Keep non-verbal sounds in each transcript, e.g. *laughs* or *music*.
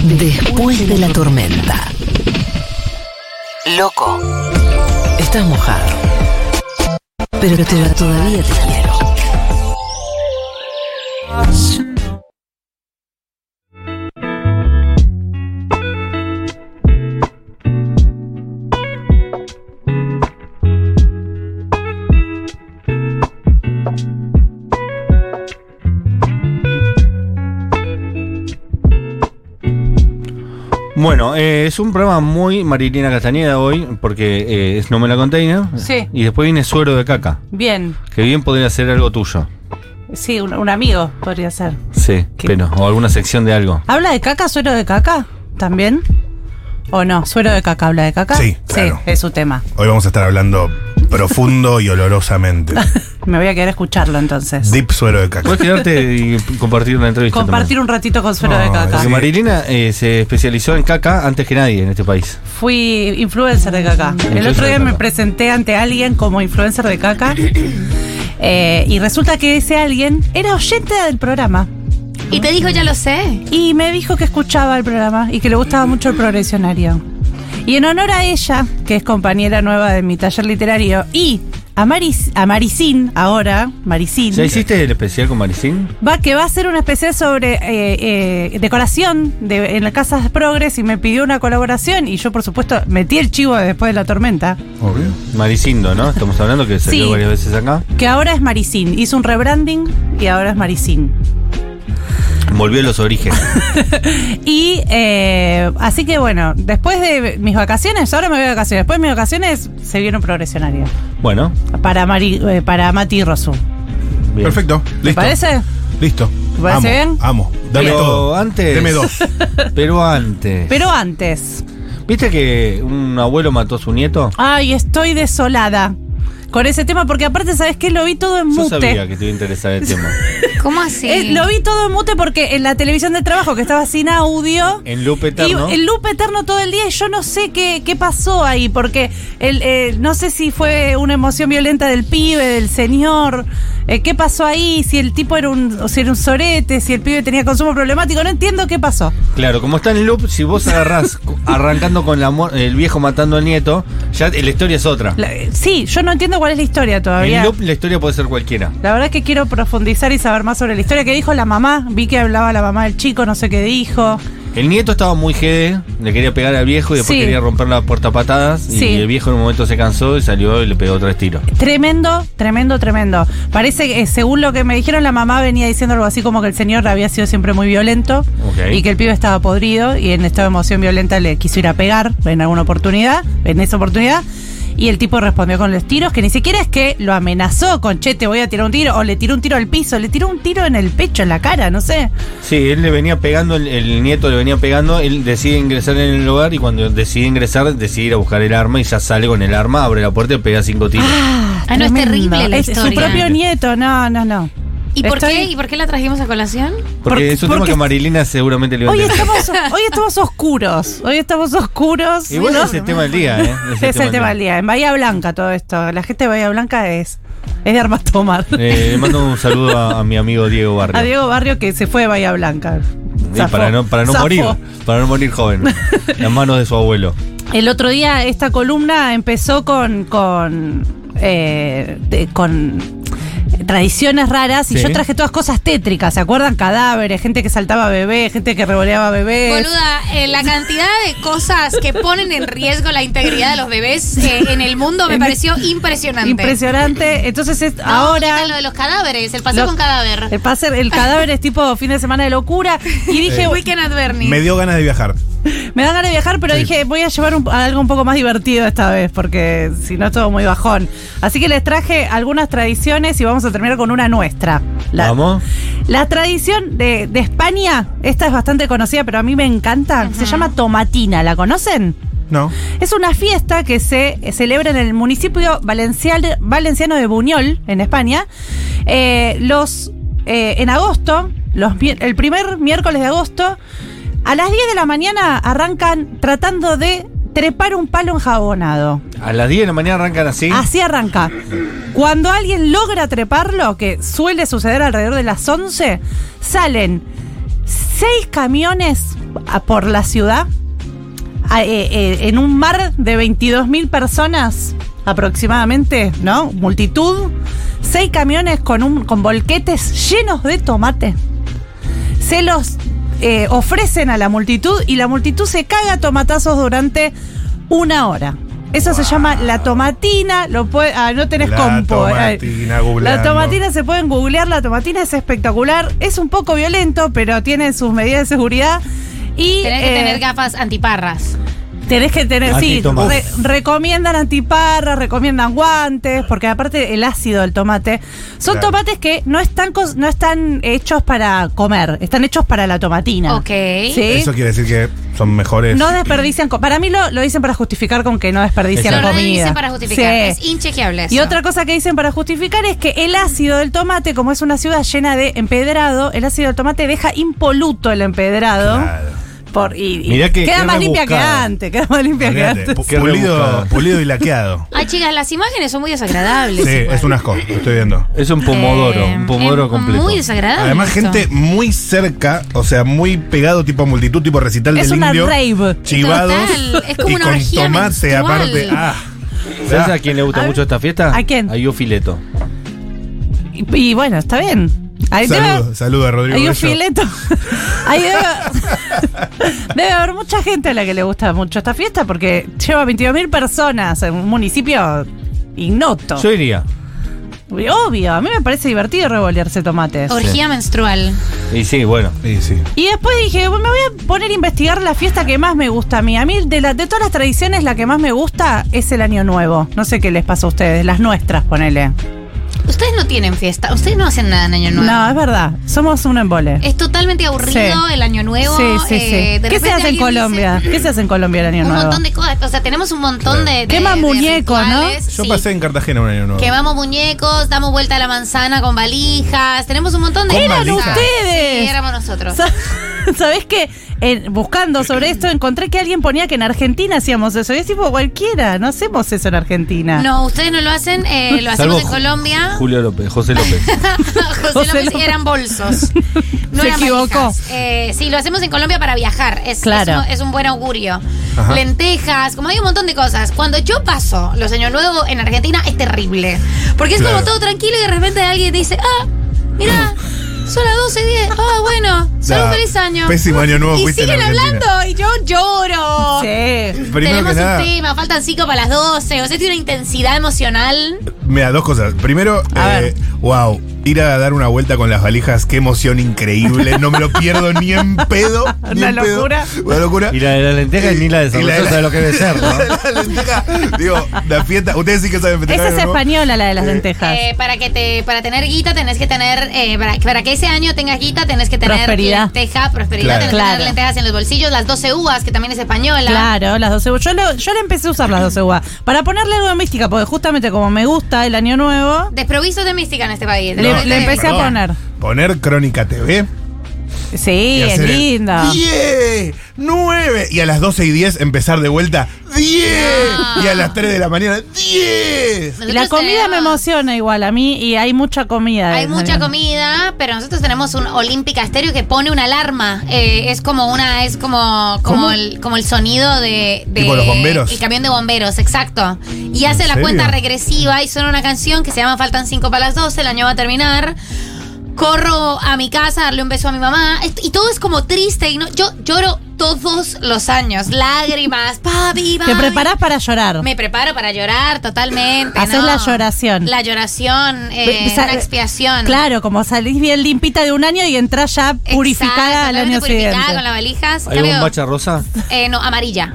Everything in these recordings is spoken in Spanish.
Después de la tormenta. Loco. Estás mojado. Pero te- todavía te quiero. Bueno, eh, es un programa muy Marilina Castañeda hoy, porque eh, es No me la container. Sí. Y después viene Suero de Caca, Bien, que bien podría ser algo tuyo. sí, un, un amigo podría ser. Sí, ¿Qué? pero, o alguna sección de algo. ¿Habla de caca, suero de caca? ¿También? ¿O no? ¿Suero de caca habla de caca? Sí, claro. Sí, es su tema. Hoy vamos a estar hablando profundo *laughs* y olorosamente. Me voy a quedar a escucharlo entonces. Deep suero de caca. Puedes quedarte *laughs* y compartir una entrevista. Compartir un ratito con suero No, de Porque caca. sí. Marilina eh, se especializó en caca antes que nadie en este país. Fui influencer de caca. El Influencer otro de día me caca. presenté ante alguien como influencer *coughs* de caca. eh, y resulta que ese alguien era oyente del programa. Y te dijo, ya lo sé. Y me dijo que escuchaba el programa y que le gustaba mucho el progresionario. Y en honor a ella, que es compañera nueva de mi taller literario, y a, Maris, a Maricín, ahora, Maricín, ¿Ya hiciste el especial con Maricín? va, que va a hacer una especie sobre eh, eh, decoración de, en las casas progres y me pidió una colaboración y yo, por supuesto, metí el chivo de después de la tormenta, Obvio. Maricindo, ¿no? Estamos hablando que salió Sí. varias veces acá. que ahora es Maricín. Hizo un rebranding y ahora es Maricín. Volvió a los orígenes. *laughs* Y eh, así que bueno, después de mis vacaciones, ahora me voy de vacaciones, después de mis vacaciones se viene un progresionario Bueno, para, Mari, eh, para Mati Rosu. bien. Perfecto. Listo. ¿Te parece? Listo. ¿Te parece amo, bien? Amo. Dame Pero todo. antes- Deme dos. Pero antes. Pero antes, ¿Viste que un abuelo mató a su nieto? ay, estoy desolada con ese tema porque aparte, ¿sabes qué? Lo vi todo en Yo mute. sabía que te iba a interesar el *laughs* tema. ¿Cómo así? Eh, lo vi todo en mute porque en la televisión de trabajo que estaba sin audio... En loop eterno. Y el loop eterno todo el día y yo no sé qué, qué pasó ahí, porque el, eh, no sé si fue una emoción violenta del pibe, del señor, eh, qué pasó ahí, si el tipo era un, o si era un sorete, si el pibe tenía consumo problemático, no entiendo qué pasó. Claro, como está en loop, si vos *laughs* agarrás cu- arrancando con la mu- el viejo matando al nieto, ya la historia es otra. La- eh, sí, yo no entiendo cuál es la historia En todavía. loop la historia puede ser cualquiera. La verdad es que quiero profundizar y saber más sobre la historia que dijo la mamá. Vi que hablaba la mamá del chico, no sé qué dijo. El nieto estaba muy jede, le quería pegar al viejo y después Sí. quería romper la puerta a patadas. Sí. Y el viejo en un momento se cansó y salió y le pegó tres tiros. Tremendo, tremendo, tremendo. Parece que, eh, según lo que me dijeron, la mamá venía diciendo algo así como que el señor había sido siempre muy violento Ok. y que el pibe estaba podrido y en esta emoción violenta le quiso ir a pegar en alguna oportunidad, en esa oportunidad. Y el tipo respondió con los tiros, que ni siquiera es que lo amenazó con che, te voy a tirar un tiro, o le tiró un tiro al piso, le tiró un tiro en el pecho, en la cara, no sé. Sí, él le venía pegando, el, el nieto le venía pegando, él decide ingresar en el hogar y cuando decide ingresar decide ir a buscar el arma y ya sale con el arma, abre la puerta y pega cinco tiros. Ah, no, es Tremendo. terrible la Es su historia. propio nieto, no, no, no. ¿Y por, Estoy- qué, ¿Y por qué la trajimos a colación? porque porque- es un tema porque- que Marilina seguramente le iba a *laughs* Hoy interesar. estamos, hoy estamos oscuros, hoy estamos oscuros. Y bueno, ¿no? es el tema del día, ¿eh? *laughs* Ese es el tema del día. En Bahía Blanca todo esto. La gente de Bahía Blanca es, es de armas tomar. Eh, le mando un saludo a, a mi amigo Diego Barrio. *laughs* A Diego Barrio que se fue de Bahía Blanca. Y Zafó, para no, para no zafó. morir, para no morir *laughs* joven. Las manos de su abuelo. El otro día esta columna empezó con. con. eh, de- con tradiciones raras y Sí. yo traje todas cosas tétricas, ¿se acuerdan? Cadáveres, gente que saltaba bebé, gente que revoleaba bebé. Boluda, eh, la cantidad de cosas que ponen en riesgo la integridad de los bebés eh, en el mundo *laughs* me pareció impresionante. Impresionante. Entonces es- No, ahora eh, está Lo de los cadáveres, el paseo Lo- con cadáver. el, pase, el cadáver es tipo fin de semana de locura y dije, Weekend at Bernie. Me dio ganas de viajar. Me da ganas de viajar, pero Sí. dije, voy a llevar un- algo un poco más divertido esta vez, porque si no, es todo muy bajón. Así que les traje algunas tradiciones y vamos a terminar con una nuestra. La, ¿Vamos? La tradición de, de España, esta es bastante conocida, pero a mí me encanta, se llama tomatina, ¿la conocen? No. Es una fiesta que se eh, celebra en el municipio valencial- valenciano de Buñol, en España. Eh, los, eh, en agosto, los mi- el primer miércoles de agosto, a las 10 de la mañana arrancan tratando de trepar un palo enjabonado. A las 10 de la mañana arrancan así. Así arranca. Cuando alguien logra treparlo, que suele suceder alrededor de las 11, salen 16 camiones a- por la ciudad a- eh, eh, en un mar de 22.000 personas aproximadamente, ¿no? Multitud. Seis camiones con, un, con volquetes llenos de tomate. Se los eh, ofrecen a la multitud y la multitud se caga a tomatazos durante una hora. Eso se llama la tomatina, lo puede, ah, no tenés La compo. eh. tomatina, la googleando. tomatina se pueden googlear, la tomatina es espectacular, es un poco violento, pero tiene sus medidas de seguridad. Y Tenés que eh, tener gafas antiparras. Tenés que tener, sí, Antitomate. re- recomiendan antiparras, recomiendan guantes, porque aparte el ácido del tomate. Son Claro. tomates que no están, cos- no están hechos para comer, están hechos para la tomatina. Ok. ¿Sí? Eso quiere decir que son mejores. No desperdician, co- para mí lo, lo dicen para justificar con que no desperdician Lo Exacto. comida. dice para justificar. Sí. Es inchequeable eso. Y otra cosa que dicen para justificar es que el ácido del tomate, como es una ciudad llena de empedrado, el ácido del tomate deja impoluto el empedrado. Claro. Por, y, y Mirá que- queda qué más limpia que rebuscada. antes, queda más limpia que Olvídate, antes. pu- Qué pulido, rebuscado. pulido y laqueado. Ay, chicas, las imágenes son muy desagradables. Sí, igual. es un asco, lo estoy viendo. Es un pomodoro, Eh, un pomodoro es completo. Muy Ah, desagradable. Además, esto. gente muy cerca, o sea, muy pegado, tipo multitud, tipo recital Es del una indio. rave. Chivados. Total, es como y una con orgía tomate menstrual. aparte. Ah, ¿Sabes a quién le gusta A ver. mucho esta fiesta? ¿A quién? A Yofileto. Y, y bueno, está bien. Ahí debe- saludos, saludos a Rodrigo. hay un Bello. fileto. *laughs* Ahí debe, debe *laughs* haber mucha gente a la que le gusta mucho esta fiesta porque lleva 22.000 personas en un municipio ignoto. Yo iría. Obvio, a mí me parece divertido revolearse tomates. Orgía menstrual. Y sí, bueno. Sí, sí. Y después dije, bueno, me voy a poner a investigar la fiesta que más me gusta a mí. A mí, de, la- de todas las tradiciones, la que más me gusta es el Año Nuevo. No sé qué les pasa a ustedes, las nuestras, ponele. Ustedes no tienen fiesta. Ustedes no hacen nada en Año Nuevo. No, es verdad, somos un embole. Es totalmente aburrido Sí. el Año Nuevo. Sí, sí, sí. eh, de ¿Qué repente se hace en alguien Colombia? dice, ¿Qué se hace en Colombia el año Un nuevo? *laughs* montón de cosas. O sea, tenemos un montón de. de Quema de muñecos, ¿no? rituales. Yo Sí. pasé en Cartagena un año nuevo. Quemamos muñecos, damos vuelta a la manzana con valijas. Tenemos un montón de. ¿Con cosas. ¡Eran valijas? ustedes! Sí, éramos nosotros. Sa- ¿Sabés qué? Eh, buscando sobre esto encontré que alguien ponía que en Argentina hacíamos eso. Y es tipo cualquiera, no hacemos eso en Argentina. No, ustedes no lo hacen, eh, lo Salvo hacemos en Ju- Colombia. Julio López, José López. *laughs* *laughs* José, José López, López. eran bolsos. No *laughs* Se eran equivocó. valijas. Eh, sí, lo hacemos en Colombia para viajar. Es, Claro. es un, es un buen augurio. Ajá. Lentejas, como hay un montón de cosas. Cuando yo paso los años nuevos en Argentina es terrible. Porque es Claro. como todo tranquilo y de repente alguien dice, ah, *laughs* mira. Son las 12 y 10. Ah, bueno. Son Da, un feliz año. pésimo año nuevo Y fuiste en siguen hablando Argentina. y yo lloro. Sí. Primero Tenemos que nada, un tema, faltan 5 para las 12. O sea, tiene una intensidad emocional. mira, dos cosas. Primero, A eh, wow, ir a dar una vuelta con las valijas, qué emoción increíble. No me lo pierdo ni en *laughs* pedo. ni Una en pedo. locura. Una locura. Y la de la lenteja ni la de Y la de San la- sabe lo que debe ser, *laughs* ¿no? *laughs* La lenteja, digo, la fiesta. Ustedes sí que saben festejar Esa es Año Nuevo. española, la de las lentejas. Eh, para que te para tener guita tenés que tener eh, para, para que ese año tengas guita tenés que tener Prosperidad. lenteja prosperidad Claro. tenés que Claro. tener lentejas en los bolsillos las 12 uvas que también es española Claro, las 12 uvas. Yo, lo- yo le empecé a usar las 12 uvas. Para ponerle algo de mística, porque justamente como me gusta el año nuevo, desprovisos de mística en este país Le- le empecé a eh, perdón. poner. Poner Crónica TV. y sí, es hacer el lindo. 10, 9. Y a las 12 y 10 empezar de vuelta. 10. No. Ah. Y a las 3 de la mañana. 10. *laughs* Nosotros Y la comida me tenemos- emociona igual a mí y hay mucha comida. hay mucha comida, pero nosotros tenemos un Olímpica Estéreo que pone una alarma. Eh, es como una, es como, como el, como el sonido de, de- Tipo los bomberos. El camión de bomberos, exacto. Y hace la serio? cuenta regresiva y suena una canción que se llama Faltan 5 para las 12, el año va a terminar. Corro a mi casa a darle un beso a mi mamá. Est- Y todo es como triste. Y no, yo lloro todos los años. Lágrimas, *laughs* papi, Te papi. preparás para llorar. Me preparo para llorar totalmente. Haces ¿no? la lloración. La lloración, eh, Pe- sa- una expiación. Claro, como salís bien limpita de un año y entras ya Exacto, purificada al totalmente año purificada siguiente. con las valijas. ¿Hay Cambio- bombacha rosa? eh, no, amarilla.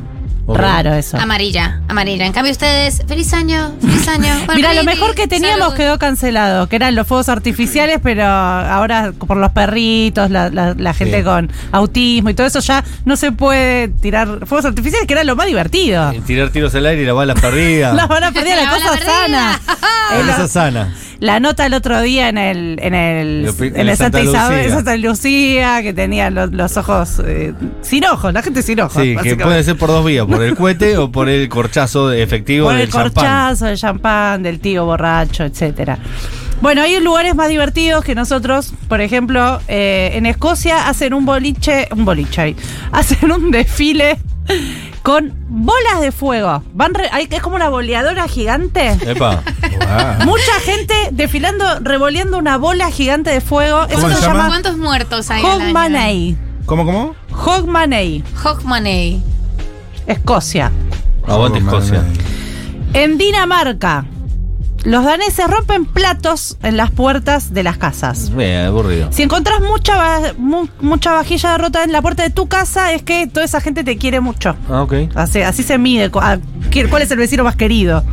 Ok. Raro eso. Amarilla, amarilla. En cambio, ustedes, feliz año, feliz *laughs* año. Bueno, Mira, lo feliz- mejor que teníamos salud. quedó cancelado, que eran los fuegos artificiales, pero ahora por los perritos, la, la- la gente Sí. con autismo y todo eso ya no se puede tirar fuegos artificiales, que era lo más divertido. Eh, Tirar tiros al aire y la bala perdida. *laughs* Las van a perder, *laughs* la La bala cosa perdida. *laughs* sana. Ah, Eh, la- Esa sana. La nota el otro día en el en el, Lo pi- en el Santa, Isabel, Lucía. Santa Lucía, que tenía los, los ojos eh, sin ojos, la gente sin ojos. Sí, *laughs* que básicamente. puede ser por dos vías, por el cohete o por el corchazo de efectivo Por del el champán. corchazo, el champán, del tío borracho, etcétera. Bueno, hay lugares más divertidos que nosotros. Por ejemplo, eh, en Escocia hacen un boliche, un boliche ahí, *laughs* hacen un desfile con bolas de fuego. Van re- hay- es como una boleadora gigante. Epa. Guau. Mucha gente desfilando, revoleando una bola gigante de fuego. Eso ¿Cómo se se llama? llama ¿Cuántos muertos hay? al año? Hogmanay. ¿Cómo, cómo? Hogmanay, Hogmanay. Escocia. Aguante Escocia. En Dinamarca, los daneses rompen platos en las puertas de las casas. Bien, aburrido. Si encontrás mucha, va- mu- mucha vajilla rota en la puerta de tu casa, es que toda esa gente te quiere mucho. Ah, ok. Así, así se mide cu- a- qui- cuál es el vecino más querido.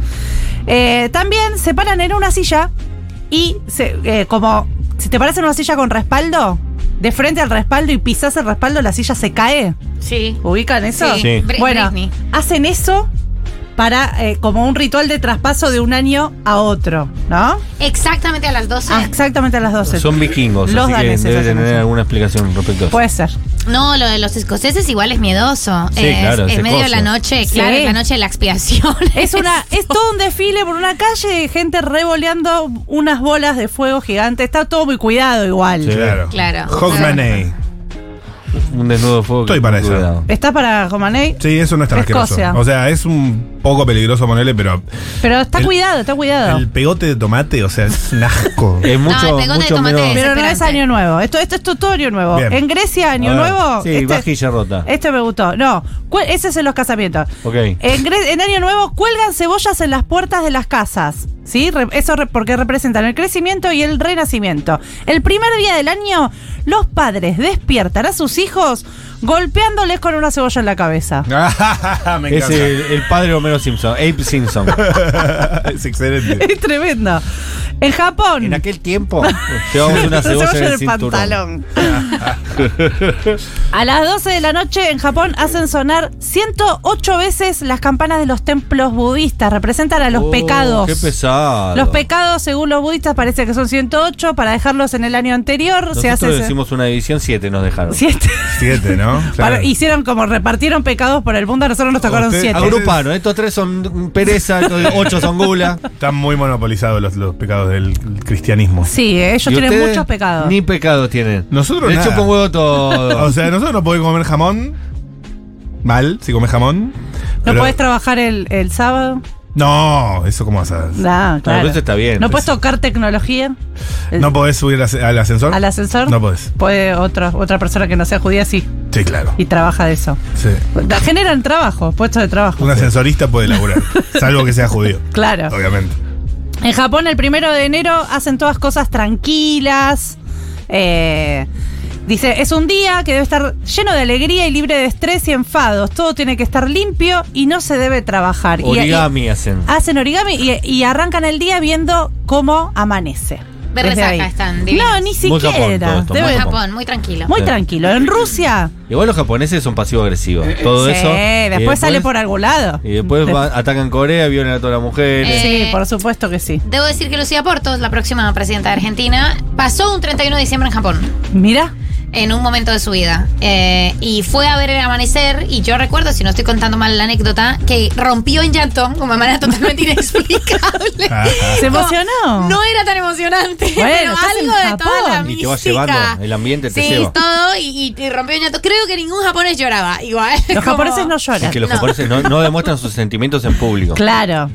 Eh, también se paran en una silla y se, eh, como si te paras en una silla con respaldo, de frente al respaldo y pisas el respaldo, la silla se cae. Sí. ¿Ubican eso? Sí. Sí. Bri- Bueno, Britney. hacen eso para eh, como un ritual de traspaso de un año a otro, ¿no? Ah, Exactamente a las 12. Exactamente a las 12. Son vikingos, Los así que daneses Pues. debe hacen tener eso. alguna explicación respecto a eso. Puede ser. No, lo de los escoceses igual es miedoso. Sí, es claro, es es medio de la Escocia. noche, Sí. claro, es la noche de la expiación. *laughs* Es *laughs* una, es todo un desfile por una calle de gente revoleando unas bolas de fuego gigante. Está todo muy cuidado igual. Sí. Claro. Claro. Hogmanay. Un desnudo de fuego. que Estoy para ten eso. cuidado. ¿Estás para Jomaney? Sí, eso no es tan asqueroso. Escocia. O sea, es un poco peligroso ponerle, pero Pero está El- cuidado, está cuidado. el pegote de tomate, o sea, es un *laughs* asco. Eh, Es mucho, el pegote de mucho tomate menos. Pero no es desesperante. año nuevo. Esto, esto es todo año nuevo. Bien. En Grecia, año A ver, nuevo. Sí, este- vajilla rota. Este me gustó. No, cu- ese es en los casamientos. Ok. En, Gre- en Año Nuevo cuelgan cebollas en las puertas de las casas. ¿Sí? Re- eso re- porque representan el crecimiento y el renacimiento. El primer día del año, los padres despiertan a sus hijos golpeándoles con una cebolla en la cabeza. *laughs* Me Es encanta. el, el padre de Homero Simpson, Abe *laughs* Simpson. es *laughs* excelente. Es tremendo. En Japón. *laughs* en aquel tiempo llevamos una cebolla en el cinturón. pantalón. *laughs* A las 12 de la noche en Japón hacen sonar 108 veces las campanas de los templos budistas. Representan a los Oh, pecados. Qué pesado. Los pecados, según los budistas, parece que son 108 para dejarlos en el año anterior. se Nosotros hace ese- decimos una división 7 nos dejaron. *laughs* siete. Siete, ¿no? Claro. Para- hicieron como repartieron pecados por el mundo, a nosotros nos tocaron Usted- siete. Agru- Agruparon, estos tres son pereza, estos ocho son gula. Están muy monopolizados los, los pecados del cristianismo. Sí, eh, ellos Y tienen ustedes muchos pecados. Ni pecados tienen. Nosotros Le nada. chupan huevo todo. *laughs* O sea, nosotros no podemos comer jamón. Mal, si comes jamón. No pero- podés trabajar el, el sábado. No, eso cómo vas a. No, claro. pero eso está bien. No puedes tocar tecnología. El- No podés subir as- al ascensor. eh, ¿Ah? ¿Al ascensor? No podés. Puede otra, otra persona que no sea judía, sí, Sí, claro. y trabaja de eso. Sí. Da- Generan trabajo, puestos de trabajo. Un ascensorista puede *laughs* laburar. salvo que sea judío. *laughs* Claro. Obviamente. En Japón, el primero de enero, hacen todas cosas tranquilas. Eh, dice: es un día que debe estar lleno de alegría y libre de estrés y enfados. Todo tiene que estar limpio y no se debe trabajar. Y- Ah. y- Origami hacen. Hacen origami y, y arrancan el día viendo cómo amanece. De Desde resaca ahí. están, divinos. No, ni Muy Japón, todo siquiera. esto, Debe- Muy Bueno. Japón, muy tranquilo. muy tranquilo. En Rusia, Igual los japoneses son pasivo-agresivos. Eh, Todo Sí, eso. y después, sale por algún lado. Y después Dep- van- atacan Corea, violan a todas las mujeres. Sí, Eh, por supuesto que sí. Debo decir que Lucía Portos, la próxima presidenta de Argentina, pasó un 31 de diciembre en Japón. Mira, en un momento de su vida. Eh, y fue a ver el amanecer y yo recuerdo, si no estoy contando mal la anécdota, que rompió en llanto de una manera *laughs* totalmente inexplicable. Ah, ah. se Como, emocionó. No era tan emocionante, Bueno, pero estás en algo de toda la Japón. Y te va mística. llevando, el ambiente te sí, lleva. todo, y, y- y rompió en llanto. Creo que ningún japonés lloraba, igual. Los *laughs* como- japoneses no lloran. Es que los No. japoneses no, no demuestran sus sentimientos en público. Claro.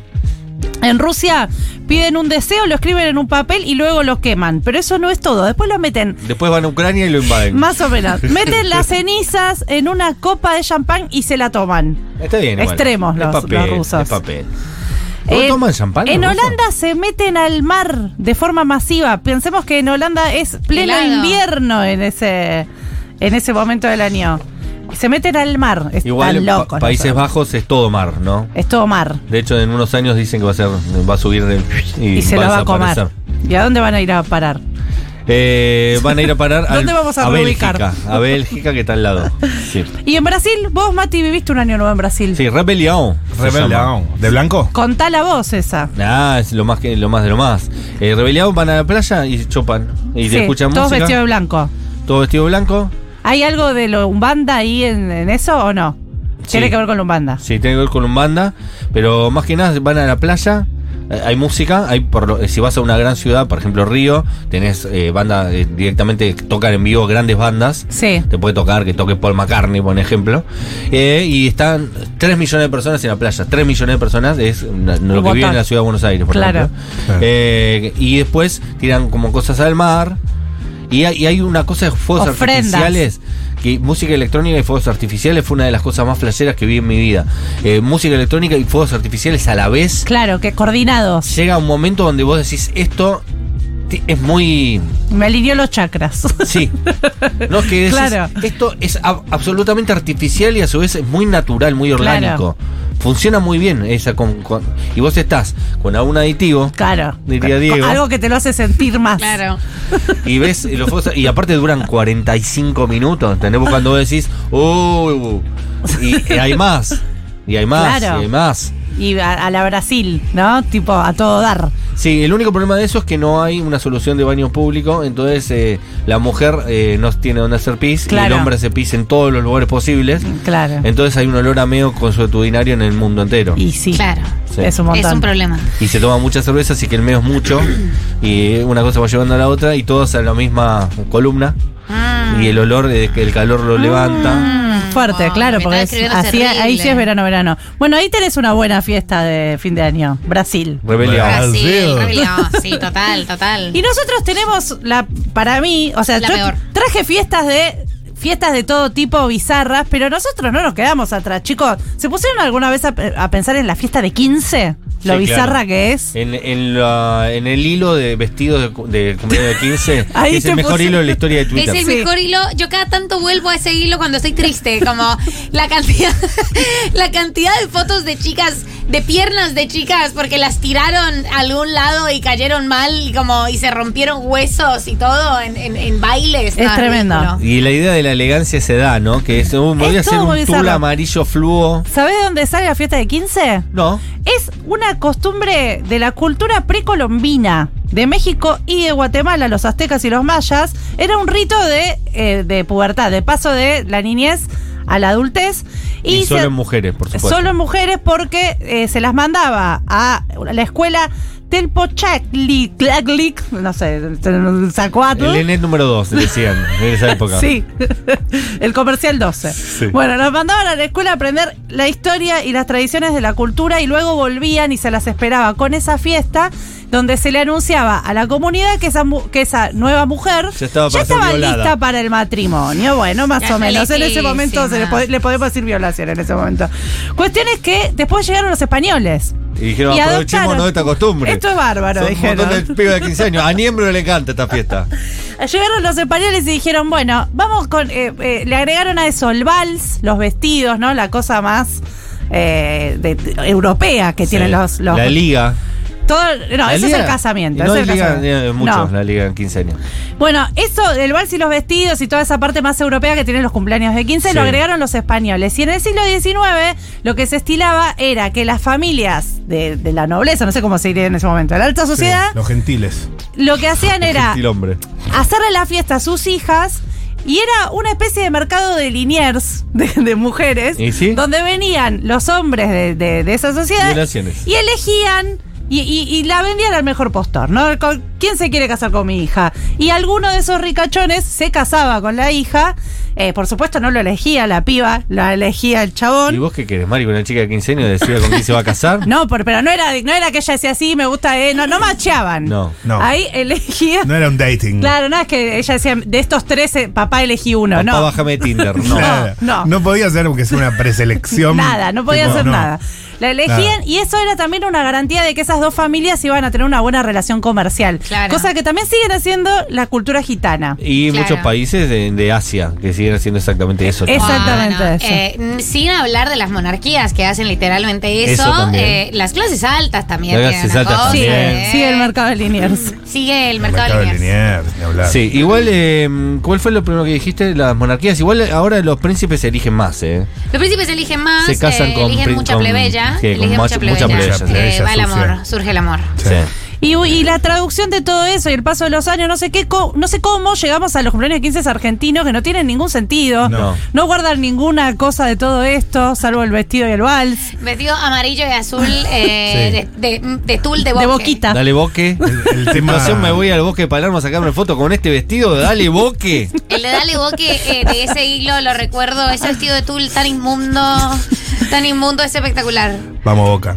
En Rusia piden un deseo, lo escriben en un papel y luego lo queman. Pero eso no es todo. Después lo meten, Después van a Ucrania y lo invaden. más *laughs* o menos, meten las cenizas en una copa de champán y se la toman. Está bien. igual. Extremos Es los- los papel, rusos. Es papel. ¿Cómo En- toman champán? los En rusos? Holanda se meten al mar de forma masiva. Pensemos que en Holanda es pleno Helado. invierno en ese, en ese momento del año. Se meten al mar. Están Igual en locos. Pa- Países nosotros. Bajos es todo mar, ¿no? Es todo mar. De hecho, en unos años dicen que va a ser, va a subir del- Y, se lo va a comer. desaparecer. ¿Y a dónde van a ir a parar? Eh, van a ir a parar al- *laughs* ¿Dónde vamos a reubicar? Bélgica, a Bélgica que está al *laughs* lado. Sí, Y en Brasil, vos, Mati, viviste un año nuevo en Brasil. sí Rebelión. se llama. Rebelión. ¿De blanco? Contá la voz esa. Ah, es lo más que lo más de lo más. Eh, Rebelión van a la playa y chopan y Sí, escuchan todos música. vestidos de blanco. todo vestido blanco. ¿Hay algo de lo Umbanda ahí en, en eso o no? Sí. Tiene que ver con la Umbanda. Sí, tiene que ver con un banda, pero más que nada van a la playa, eh, hay música, hay por lo- eh, si vas a una gran ciudad, por ejemplo Río, tenés eh, bandas eh, directamente que tocan en vivo grandes bandas. Sí. Te puede tocar que toque Paul McCartney, por ejemplo. Eh, y están 3 millones de personas en la playa. 3 millones de personas es una- lo que Botón. vive en la ciudad de Buenos Aires, por Claro. ejemplo. Claro. Eh, y después tiran como cosas al mar. Y hay, y hay una cosa de fuegos Ofrendas. artificiales. Que música electrónica y fuegos artificiales fue una de las cosas más flasheras que vi en mi vida. Eh, música electrónica y fuegos artificiales a la vez. Claro, que coordinados. Llega un momento donde vos decís, esto ti- es muy. Me alineó los chakras. *laughs* Sí. No, que decís, Claro. esto es ab- absolutamente artificial y a su vez es muy natural, muy orgánico. Funciona muy bien esa con- con- y vos estás con algún aditivo Claro. Diría Diego. Algo que te lo hace sentir más. Claro. y ves los fuegos- y aparte duran 45 minutos, ¿entendés? Vos Cuando vos decís, "Uh", y, y hay más. Y hay más, Claro. y hay más. Y a, a la Brasil, ¿no? Tipo, a todo dar. Sí, el único problema de eso es que no hay una solución de baño público, entonces eh, la mujer eh, no tiene donde hacer pis y Claro. Mm, el hombre hace pis en todos los lugares posibles. Claro. Entonces hay un olor a meo consuetudinario en el mundo entero. Y sí. Claro. Sí. Es un montón. Es un problema. Y se toma mucha cerveza, así que el meo es mucho. Y una cosa va llevando a la otra y todos a la misma columna. Mm. Y el olor, eh, que el calor lo levanta. Mm, Fuerte, wow, claro, me porque es- estaba escribiendo así, terrible. ahí sí es verano, verano. Bueno, ahí tenés una buena fiesta de fin de año, Brasil. Rebelión. Brasil, Brasil. rebelión, *laughs* sí, total, total. Y nosotros tenemos la, para mí, o sea, La yo peor. traje fiestas de fiestas de todo tipo bizarras, pero nosotros no nos quedamos atrás, chicos. ¿Se pusieron alguna vez a, pe- a pensar en la fiesta de 15? Lo Sí, bizarra claro. que es. En, en la- en el hilo de vestidos de cu- del cumpleaños de 15, *laughs* Ahí es te el mejor puse. hilo de la historia de Twitter. Es el Sí. mejor hilo. Yo cada tanto vuelvo a ese hilo cuando estoy triste. Como la cantidad, *laughs* la cantidad de fotos de chicas, de piernas de chicas, porque las tiraron a algún lado y cayeron mal y como y se rompieron huesos y todo en, en- en bailes. Es tremendo. ridículo. Y la idea de la elegancia se da, ¿no? Que es, uh, me voy a Es hacer todo muy un tul bizarro. amarillo fluo. ¿Sabés dónde sale la fiesta de 15? No. Es una costumbre de la cultura precolombina de México y de Guatemala, los aztecas y los mayas. Era un rito de, eh, de pubertad, de paso de la niñez a la adultez. Y, se- solo en mujeres, por supuesto. solo en mujeres porque eh, se las mandaba a la escuela Telpochacli, Claclic, no sé, Zacuatl. El NET número 2, decían, en esa época. Sí, *laughs* el comercial 12. Bueno, nos mandaban a la escuela a aprender la historia y las tradiciones de la cultura y luego volvían y se las esperaba con esa fiesta donde se le anunciaba a la comunidad que esa, mu- que esa nueva mujer Ya estaba para ser violada. lista para el matrimonio. Bueno, más Ya o menos. En ese momento se le, lejísima. po- le podemos decir violación en ese momento. Cuestión es que después llegaron los españoles. Y dijeron, Y aprovechémonos adoptaron. de esta costumbre. Esto es bárbaro, Son dijeron. Un montón de pibes de 15 años. A Niembro le encanta esta fiesta. Llegaron los españoles y dijeron, bueno, vamos con... eh, eh, le agregaron a eso el vals, los vestidos, ¿no? La cosa más eh, de- de- europea que tienen Sí. los... los Eh, La liga. todo, no, La eso es liga- el casamiento. No eso es es el liga eh, casamiento. de muchos, No. la liga en 15 años. Bueno, eso, el vals y los vestidos y toda esa parte más europea que tienen los cumpleaños de 15 lo Sí. agregaron los españoles. Y en el siglo XIX lo que se estilaba era que las familias de, de la nobleza, no sé cómo se diría en ese momento, de la alta Sí, sociedad, los gentiles. lo *laughs* que hacían era Gentil hombre. hacerle la fiesta a sus hijas y era una especie de mercado de liniers *laughs* de, de mujeres ¿Y sí? donde venían los hombres de, de- de esa sociedad Violaciones. y elegían y, y- y la vendían al mejor postor, ¿no? Con- ¿Quién se quiere casar con mi hija? Y alguno de esos ricachones se casaba con la hija. eh, por supuesto, no lo elegía la piba, la elegía el ¿Y chabón. vos qué querés, Mari? que ¿Una chica de 15 años decida con quién se va a *laughs* casar? No, por- pero no era, no era que ella decía así, me gusta, eh, no, no macheaban. No, no. Ahí elegía. No era un dating. Claro, no es que ella decía, de estos tres, eh, papá elegí uno, Papá, no. bájame de Tinder. No. Claro. no. No podía ser aunque sea una preselección. Nada, no podía Tipo, hacer no. nada. La elegían Nada. y eso era también una garantía de que esas dos familias iban a tener una buena relación comercial. Claro. Cosa que también siguen haciendo la cultura gitana. Y Claro. muchos países de, de Asia que siguen haciendo exactamente eso. Es- Exactamente Bueno, eso. eh, n- sin hablar de las monarquías que hacen literalmente eso, Eso también. eh, las clases altas también. Las tienen clases una altas cosa, Sí, También. eh. sigue el mercado *laughs* de Liniers. Sigue el El mercado, mercado de de líneas. Liniers, ni hablar. Sí, igual, eh, ¿cuál fue lo primero que dijiste? Las monarquías. Igual eh, ahora los príncipes se eligen más, ¿eh? Los príncipes eligen más, Se casan eh, con eligen prin- mucha con- plebeya, sí, con eligen mucha- mucha plebeya, mucha plebeya, Eh, plebeya va el sucia. amor, surge el amor. Sí. Y, y la traducción de todo eso y el paso de los años, no sé qué, co- no sé cómo llegamos a los cumpleaños de 15 argentinos que no tienen ningún sentido. No. No guardan ninguna cosa de todo esto, salvo el vestido y el vals. Vestido amarillo y azul eh, Sí. de, de, de tul de, De bosque. boquita. Dale boque. El, *laughs* el tema. Situación, me voy al bosque de Palermo a sacarme foto con este vestido. *laughs* Dale boque. El de Dale Boque eh, de ese hilo lo recuerdo, ese vestido de tul tan inmundo, tan inmundo, es espectacular. Vamos, boca.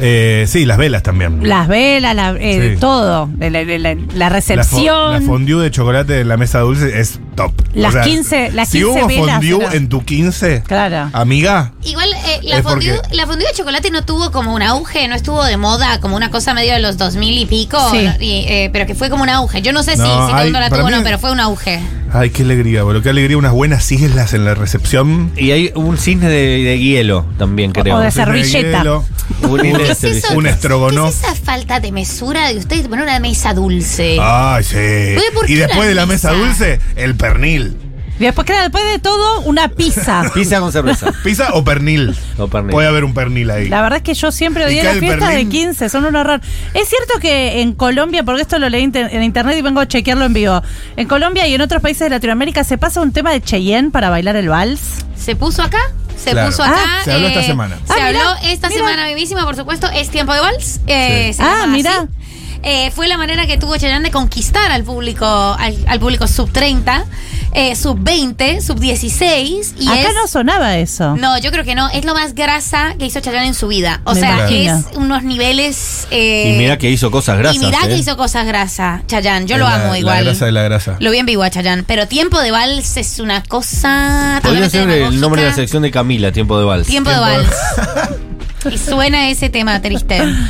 Eh, sí, las velas también. Las velas, la- eh, Sí. todo. La, la- la- la La fo- recepción. La, fondue de chocolate de la mesa dulce es top. Las 15 las Si 15 hubo velas fondue eran- en tu 15, Claro. amiga, Igual eh, la, Es porque- fondue, la fondue de chocolate no tuvo como un auge, no estuvo de moda, como una cosa medio de los 2000 y pico, Sí. ¿no? Y, eh, pero que fue como un auge. Yo no sé si, No, si todo el hay- mundo la para tuvo o mí- no, pero fue un auge. ay, qué alegría, boludo. Qué alegría unas buenas siglas en la recepción. Y hay un cisne de, de hielo también, creo. O de Sí. Cisne de servilleta. hielo, Un cisne ¿Qué de es eso? Un servilleta. ¿Qué es estrogonoff. esa falta de mesura de ustedes de poner una mesa dulce? Ay, sí. Oye, ¿por Y qué después la de la mesa pizza? dulce, el pernil. Y después, claro, después de todo, una *laughs* pizza. Pizza con cerveza. ¿Pizza o pernil? O pernil. Puede haber un pernil ahí. La verdad es que yo siempre Y odié cae las el fiestas de Berlín. 15, son un horror. Es cierto que en Colombia, porque esto lo leí inter- en internet y vengo a chequearlo en vivo, en Colombia y en otros países de Latinoamérica se pasa un tema de Cheyenne para bailar el vals. ¿Se puso acá? Se Claro. puso Ah, acá. Eh, se habló esta semana. Se Ah, mirá, habló esta mirá. semana mismísima, por supuesto. Es tiempo de vals. eh, Sí. se Ah, llama así. mirá. Eh, fue la manera que tuvo Chayanne de conquistar al público, al, al público sub 30, eh, sub 20, sub 16. Y Acá es- no sonaba eso. No, yo creo que no. Es lo más grasa que hizo Chayanne en su vida. O Me sea, imagino. es unos niveles. eh, Y mirá que hizo cosas grasas. y mirá que ¿eh? hizo cosas grasa, Chayanne. Yo Es lo la- amo La igual. grasa de la grasa. Lo vi en vivo a Chayanne. Pero tiempo de vals es una cosa. Podría totalmente ser el nombre de la demagógica. sección de Camila, Tiempo de Vals. Tiempo de vals. Y suena ese tema triste. *laughs*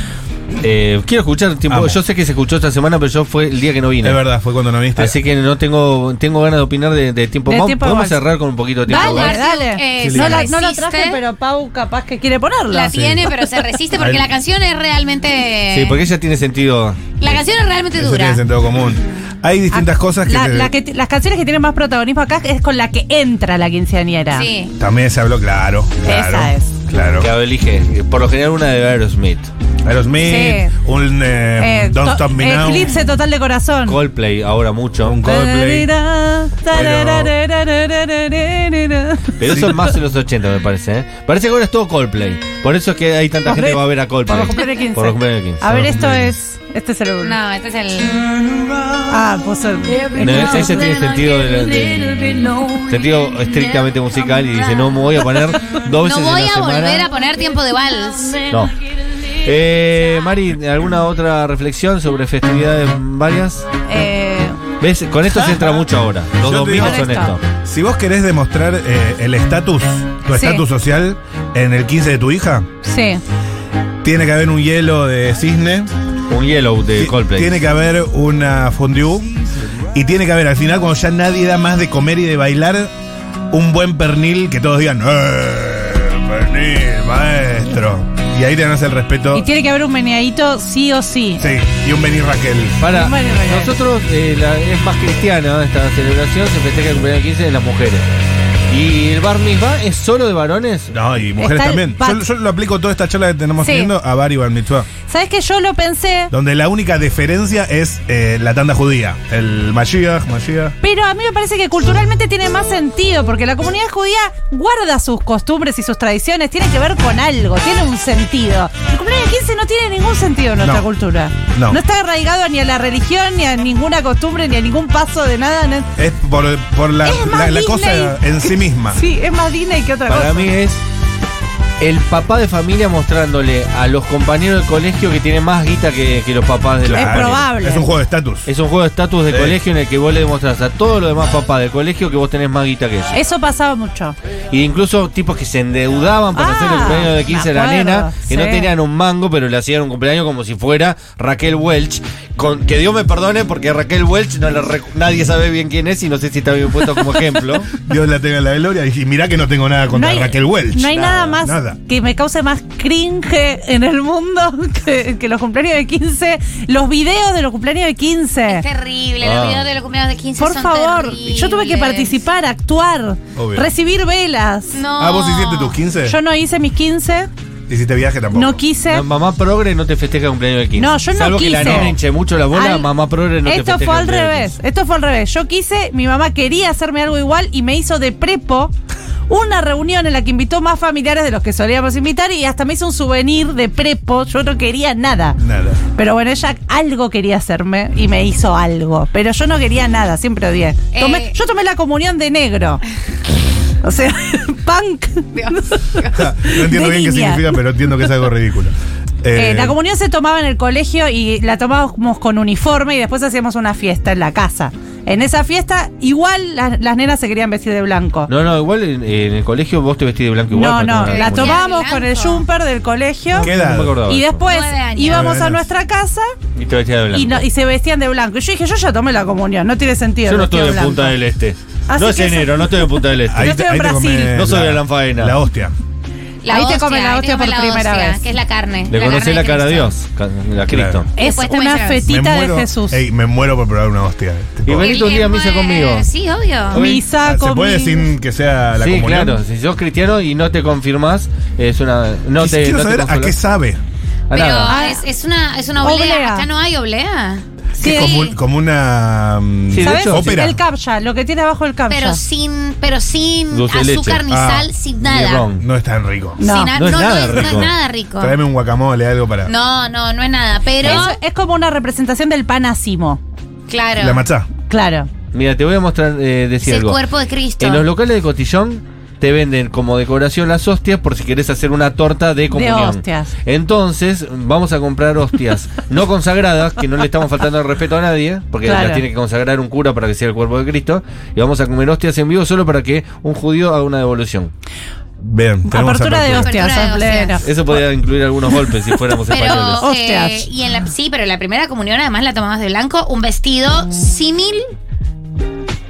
Eh, quiero escuchar Tiempo. Vamos. Yo sé que se escuchó esta semana, pero yo fue el día que no vine. Es verdad, fue cuando no viste. Así que no tengo tengo ganas de opinar de, de Tiempo De Vamos- Tiempo de Podemos Vals. cerrar con un poquito de Tiempo de Dale, Vals. Eh, sí, Ah, no, sí. la, no la resiste. traje, pero Pau capaz que quiere ponerla. La tiene, pero se resiste porque la canción es realmente. Sí, porque ella tiene sentido. La canción es realmente Eso tiene dura. sentido común. Hay distintas Ah, cosas que, la- te- la que t- las canciones que tienen más protagonismo acá es con la que entra la quinceañera. Sí. también se habló, claro. Esa claro es. Claro. Que elige. Por lo general una de Aerosmith. Aerosmith, Sí. un eh, Eh, Don't to- Stop Me Now. Eclipse total de corazón. Coldplay ahora mucho. Un co- Coldplay. Tararararararararararara. pero eso es más en los 80 me parece. ¿eh? Parece que ahora es todo Coldplay. Por eso es que hay tanta gente que va a ver a Coldplay. Por los cumpleaños de 15. Por los cumpleaños de 15. A ver, esto es. Este es el uno. No, este es el. Ah, puso el. No, ese, ese tiene sentido, de- de- sentido estrictamente musical y dice, no me voy a poner dos veces *laughs* No en voy la a semana. volver a poner tiempo de vals. No. Eh, Mari, ¿alguna otra reflexión sobre festividades varias? Eh, ¿Ves? Con esto se entra mucho ahora. Los Yo te domingos digo- son esto. Si vos querés demostrar eh, el estatus, tu Sí. estatus social en el 15 de tu hija, sí. tiene que haber un hielo de cisne, Un yellow de ti- Coldplay. tiene que haber una fondue y tiene que haber al final cuando ya nadie da más de comer y de bailar un buen pernil que todos digan, "Eh, pernil, maestro." Y ahí te ganas el respeto. Y tiene que haber un meneadito sí o sí. Sí, y un Benny Raquel. Para, Bueno, bueno. nosotros eh, la- es más cristiana esta celebración, se festeja el cumpleaños 15 de las mujeres. Y el bar mitzvah es solo de varones. No, y mujeres Está el también. pat- Yo, yo lo aplico toda esta charla que tenemos Sí. teniendo a Bar y Bar Mitzvah, ¿Sabes que yo lo pensé? donde la única diferencia es eh, la tanda judía. El Mashiach, Mashiach. Pero a mí me parece que culturalmente tiene más sentido, porque la comunidad judía guarda sus costumbres y sus tradiciones, tiene que ver con algo, tiene un sentido. El cumpleaños de 15 no tiene ningún sentido en nuestra No. cultura. No. está arraigado ni a la religión, ni a ninguna costumbre, ni a ningún paso de nada. no es- Es por, por la, Es más la- la Disney. cosa en sí *laughs* misma. Sí, es más Disney que otra Para cosa. mí es el papá de familia mostrándole a los compañeros del colegio que tienen más guita que, que los papás de la Claro. familia. probable. Es un juego de estatus. Es un juego de estatus de Sí. colegio en el que vos le demostrás a todos los demás papás del colegio que vos tenés más guita que ellos. Eso pasaba mucho. Y incluso tipos que se endeudaban para Ah, hacer el cumpleaños de 15 de la me acuerdo, nena, que no sí. tenían un mango, pero le hacían un cumpleaños como si fuera Raquel Welch. Con, que Dios me perdone porque Raquel Welch no la recu- nadie sabe bien quién es y no sé si está bien puesto como *laughs* ejemplo. Dios la tenga en la gloria. Y mirá que no tengo nada contra No hay- Raquel Welch. No hay nada, más nada. que me cause más cringe en el mundo *laughs* que, que los cumpleaños de 15, los videos de los cumpleaños de 15. Es terrible. Ah. Los videos de los cumpleaños de 15 Por son favor, terribles. yo tuve que participar, actuar, Obvio. recibir velas. No. Ah, vos Ah, hiciste tus 15. Yo no hice mis 15, hiciste viaje tampoco. No quise. No, mamá progre no te festeja el cumpleaños del 15. No, yo no Salvo que la quise. nena hinche mucho la bola, Al- mamá progre no te Esto festeja fue al el cumpleaños del revés. 15. Esto fue al revés. Yo quise, mi mamá quería hacerme algo igual y me hizo de prepo una reunión en la que invitó más familiares de los que solíamos invitar y hasta me hizo un souvenir de prepo. Yo no quería nada. Nada. *laughs* Pero bueno, ella algo quería hacerme y me hizo algo. Pero yo no quería nada, siempre odié. Tomé- Eh. yo tomé la comunión de negro. O sea, *laughs* punk. No entiendo De bien qué niña. significa, pero entiendo que es algo ridículo. Eh, Eh, la comunión se tomaba en el colegio y la tomábamos con uniforme y después hacíamos una fiesta en la casa. En esa fiesta, igual la- las nenas se querían vestir de blanco. No, no, igual en, en el colegio vos te vestís de blanco igual. No, para no, tomar la comunión. tomaba tomábamos con el Blanco. jumper del colegio ¿Qué No edad? me acordaba y eso. después Nueve años. íbamos a Nueve años. nuestra casa Y te vestías de blanco. y, no- y se vestían de blanco. Y yo dije, yo ya tomé la comunión, no tiene sentido. Yo no vestir estoy en blanco. Punta del Este. Así no es que eso- enero, no estoy en Punta del Este. Ahí- estoy en Brasil. comés No soy de Lanfaena. La hostia. Ahí te comen la ahí te hostia por comen primera vez. Que es la carne. Le conocí carne la cara a Cristo. Dios, ca- la Cristo. Claro. Y Es después te una muestras. fetita de Jesús. Ey, me muero por probar una hostia. Tipo, Y ¿se venite un día a misa conmigo. Sí, Ah. obvio. Obvio. Misa ¿Se puede conmigo. sin que sea la sí, comunión? claro. Si sos cristiano y no te confirmás, es una. No te, Quiero no te saber a consolas. qué sabe. A Pero nada. Ah. es, es una, es una oblea. Oblea. Acá no hay oblea. Sí. Como, un- como una. mm, Sí, de ¿Sabes? hecho, ópera. El captcha, lo que tiene abajo el captcha. Pero sin, pero sin Dulce de azúcar leche. ni Ah, sal, sin ni nada. ron. No es tan rico. No. Sin a- No es nada no es rico. nada rico. Tráeme un guacamole, algo para. No, no, no es nada. Pero, Eso es como una representación del panacimo. claro, La machá. Claro. Mira, te voy a mostrar, eh, es decir el algo. cuerpo de Cristo. En los locales de cotillón te venden como decoración las hostias por si querés hacer una torta de comunión. hostias. Entonces, vamos a comprar *laughs* hostias no consagradas, que no le estamos faltando el respeto a nadie, porque Claro. las tiene que consagrar un cura para que sea el cuerpo de Cristo, y vamos a comer hostias en vivo solo para que un judío haga una devolución. Bien, tenemos Apertura de apertura. hostias, Apertura de en pleno. Eso podría incluir algunos golpes si *laughs* fuéramos españoles. pero, Hostias. eh, y en la, sí, pero en la primera comunión además la tomabas de blanco, un vestido simil,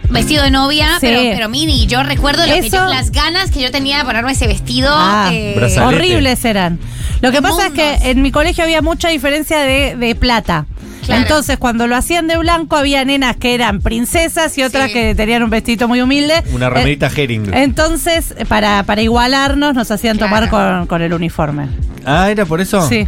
vestido de novia, Sí. pero, pero mini. Yo recuerdo lo que Eso- yo- las ganas que yo tenía de ponerme ese vestido. Ah. eh, Brazal. Salete. Horribles eran. Lo que pasa es Inmundos. que en mi colegio había mucha diferencia de, de plata. Claro. Entonces, cuando lo hacían de blanco, había nenas que eran princesas y otras Sí. que tenían un vestidito muy humilde. Una remerita Hering. Eh, Entonces, para, para igualarnos, nos hacían Claro. tomar con, con el uniforme. ah, ¿era por eso? Sí.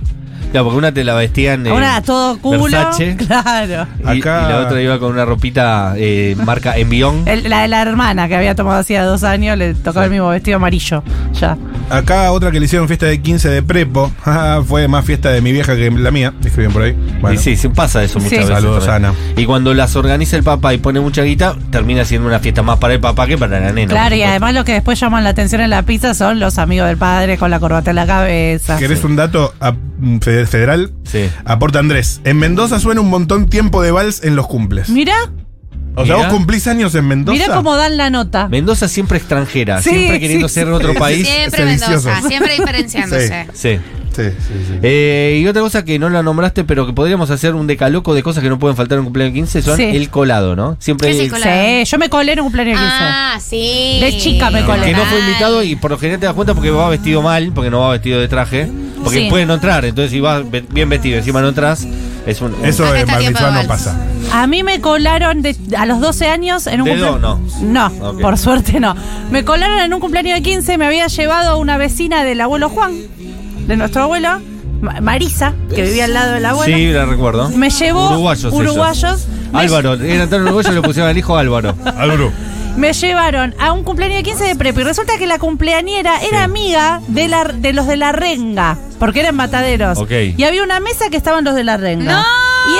Claro, porque una te la vestían. eh, Ahora todo culo. Versace, *laughs* Claro. y, Acá- y la otra iba con una ropita eh, marca Envión. El- la de la hermana que había tomado hacía dos años le tocó el mismo vestido amarillo. Ya. Acá otra que le hicieron fiesta de 15 de prepo. *laughs* Jaja, Fue más fiesta de mi vieja que la mía. Escriben por ahí. Bueno. Y sí, se pasa eso muchas Sí. veces. Saludos, también. Ana. Y cuando las organiza el papá y pone mucha guita, termina siendo una fiesta más para el papá que para la nena. por claro, y supuesto. además lo que después llaman la atención en la pizza son los amigos del padre con la corbata en la cabeza. ¿Querés un dato a- mm, fe- federal? Sí. Aporta Andrés. En Mendoza suena un montón tiempo de vals en los cumples. Mirá, O sea, Mirá. vos cumplís años en Mendoza. mirá cómo dan la nota. Mendoza siempre extranjera, Sí, siempre queriendo sí, ser sí. otro país. Siempre sediciosos. Mendoza, *laughs* siempre diferenciándose. Sí. Sí, sí, sí. Eh, y otra cosa que no la nombraste, pero que podríamos hacer un decaloco de cosas que no pueden faltar en un cumpleaños 15 son Sí. el colado, ¿no? Siempre ¿Qué es el el- colado? Sí, yo me colé en un cumpleaños que hice. Ah, sí. De chica me colé. Que no fue Ay. invitado y por lo general te das cuenta porque va vestido mal, porque no va vestido de traje, porque Sí. puede no entrar. Entonces, si vas ve- bien vestido, encima no entras, es un. un- Eso Acá en está tiempo Malvisuá de no vals. pasa. A mí me colaron de- a los 12 años en un ¿Dedo cumpleaños. o no, Ok. por suerte no. Me colaron en un cumpleaños de 15, me había llevado una vecina del abuelo Juan, de nuestro abuelo, Ma- Marisa, que vivía al lado del abuelo. Sí, la recuerdo. Ah, Me llevó Uruguayos. ellos. uruguayos. Me Álvaro, eran tan uruguayos le pusieron al hijo Álvaro. Álvaro. Me llevaron a un cumpleaños de 15 de prepo y resulta que la cumpleañera era amiga de, la, de los de la renga, porque eran mataderos. Ok. Y había una mesa que estaban los de la renga. ¡No! Y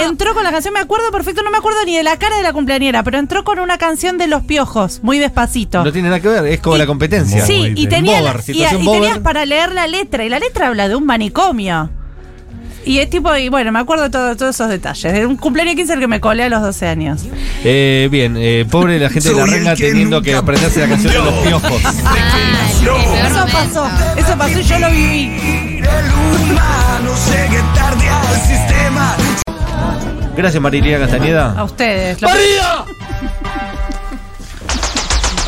ella entró con la canción, me acuerdo perfecto, no me acuerdo ni de la cara de la cumpleañera, pero entró con una canción de Los Piojos, muy despacito. No tiene nada que ver, es como Y- la competencia. Sí, y, Bober, tenía, Bober, y- situación y tenías Bober. para leer la letra, y la letra habla de un manicomio. Y es tipo, y bueno, me acuerdo todo, todos esos detalles. Era un cumpleaños de 15 el que me colé a los 12 años. Eh, bien, eh, pobre la gente de la Soy el renga que teniendo que nunca aprenderse la canción de los piojos. *laughs* Ah, el peor Eso momento. pasó, eso pasó y yo lo viví. Gracias, Marilina A Castañeda. ustedes. Lo- ¡María!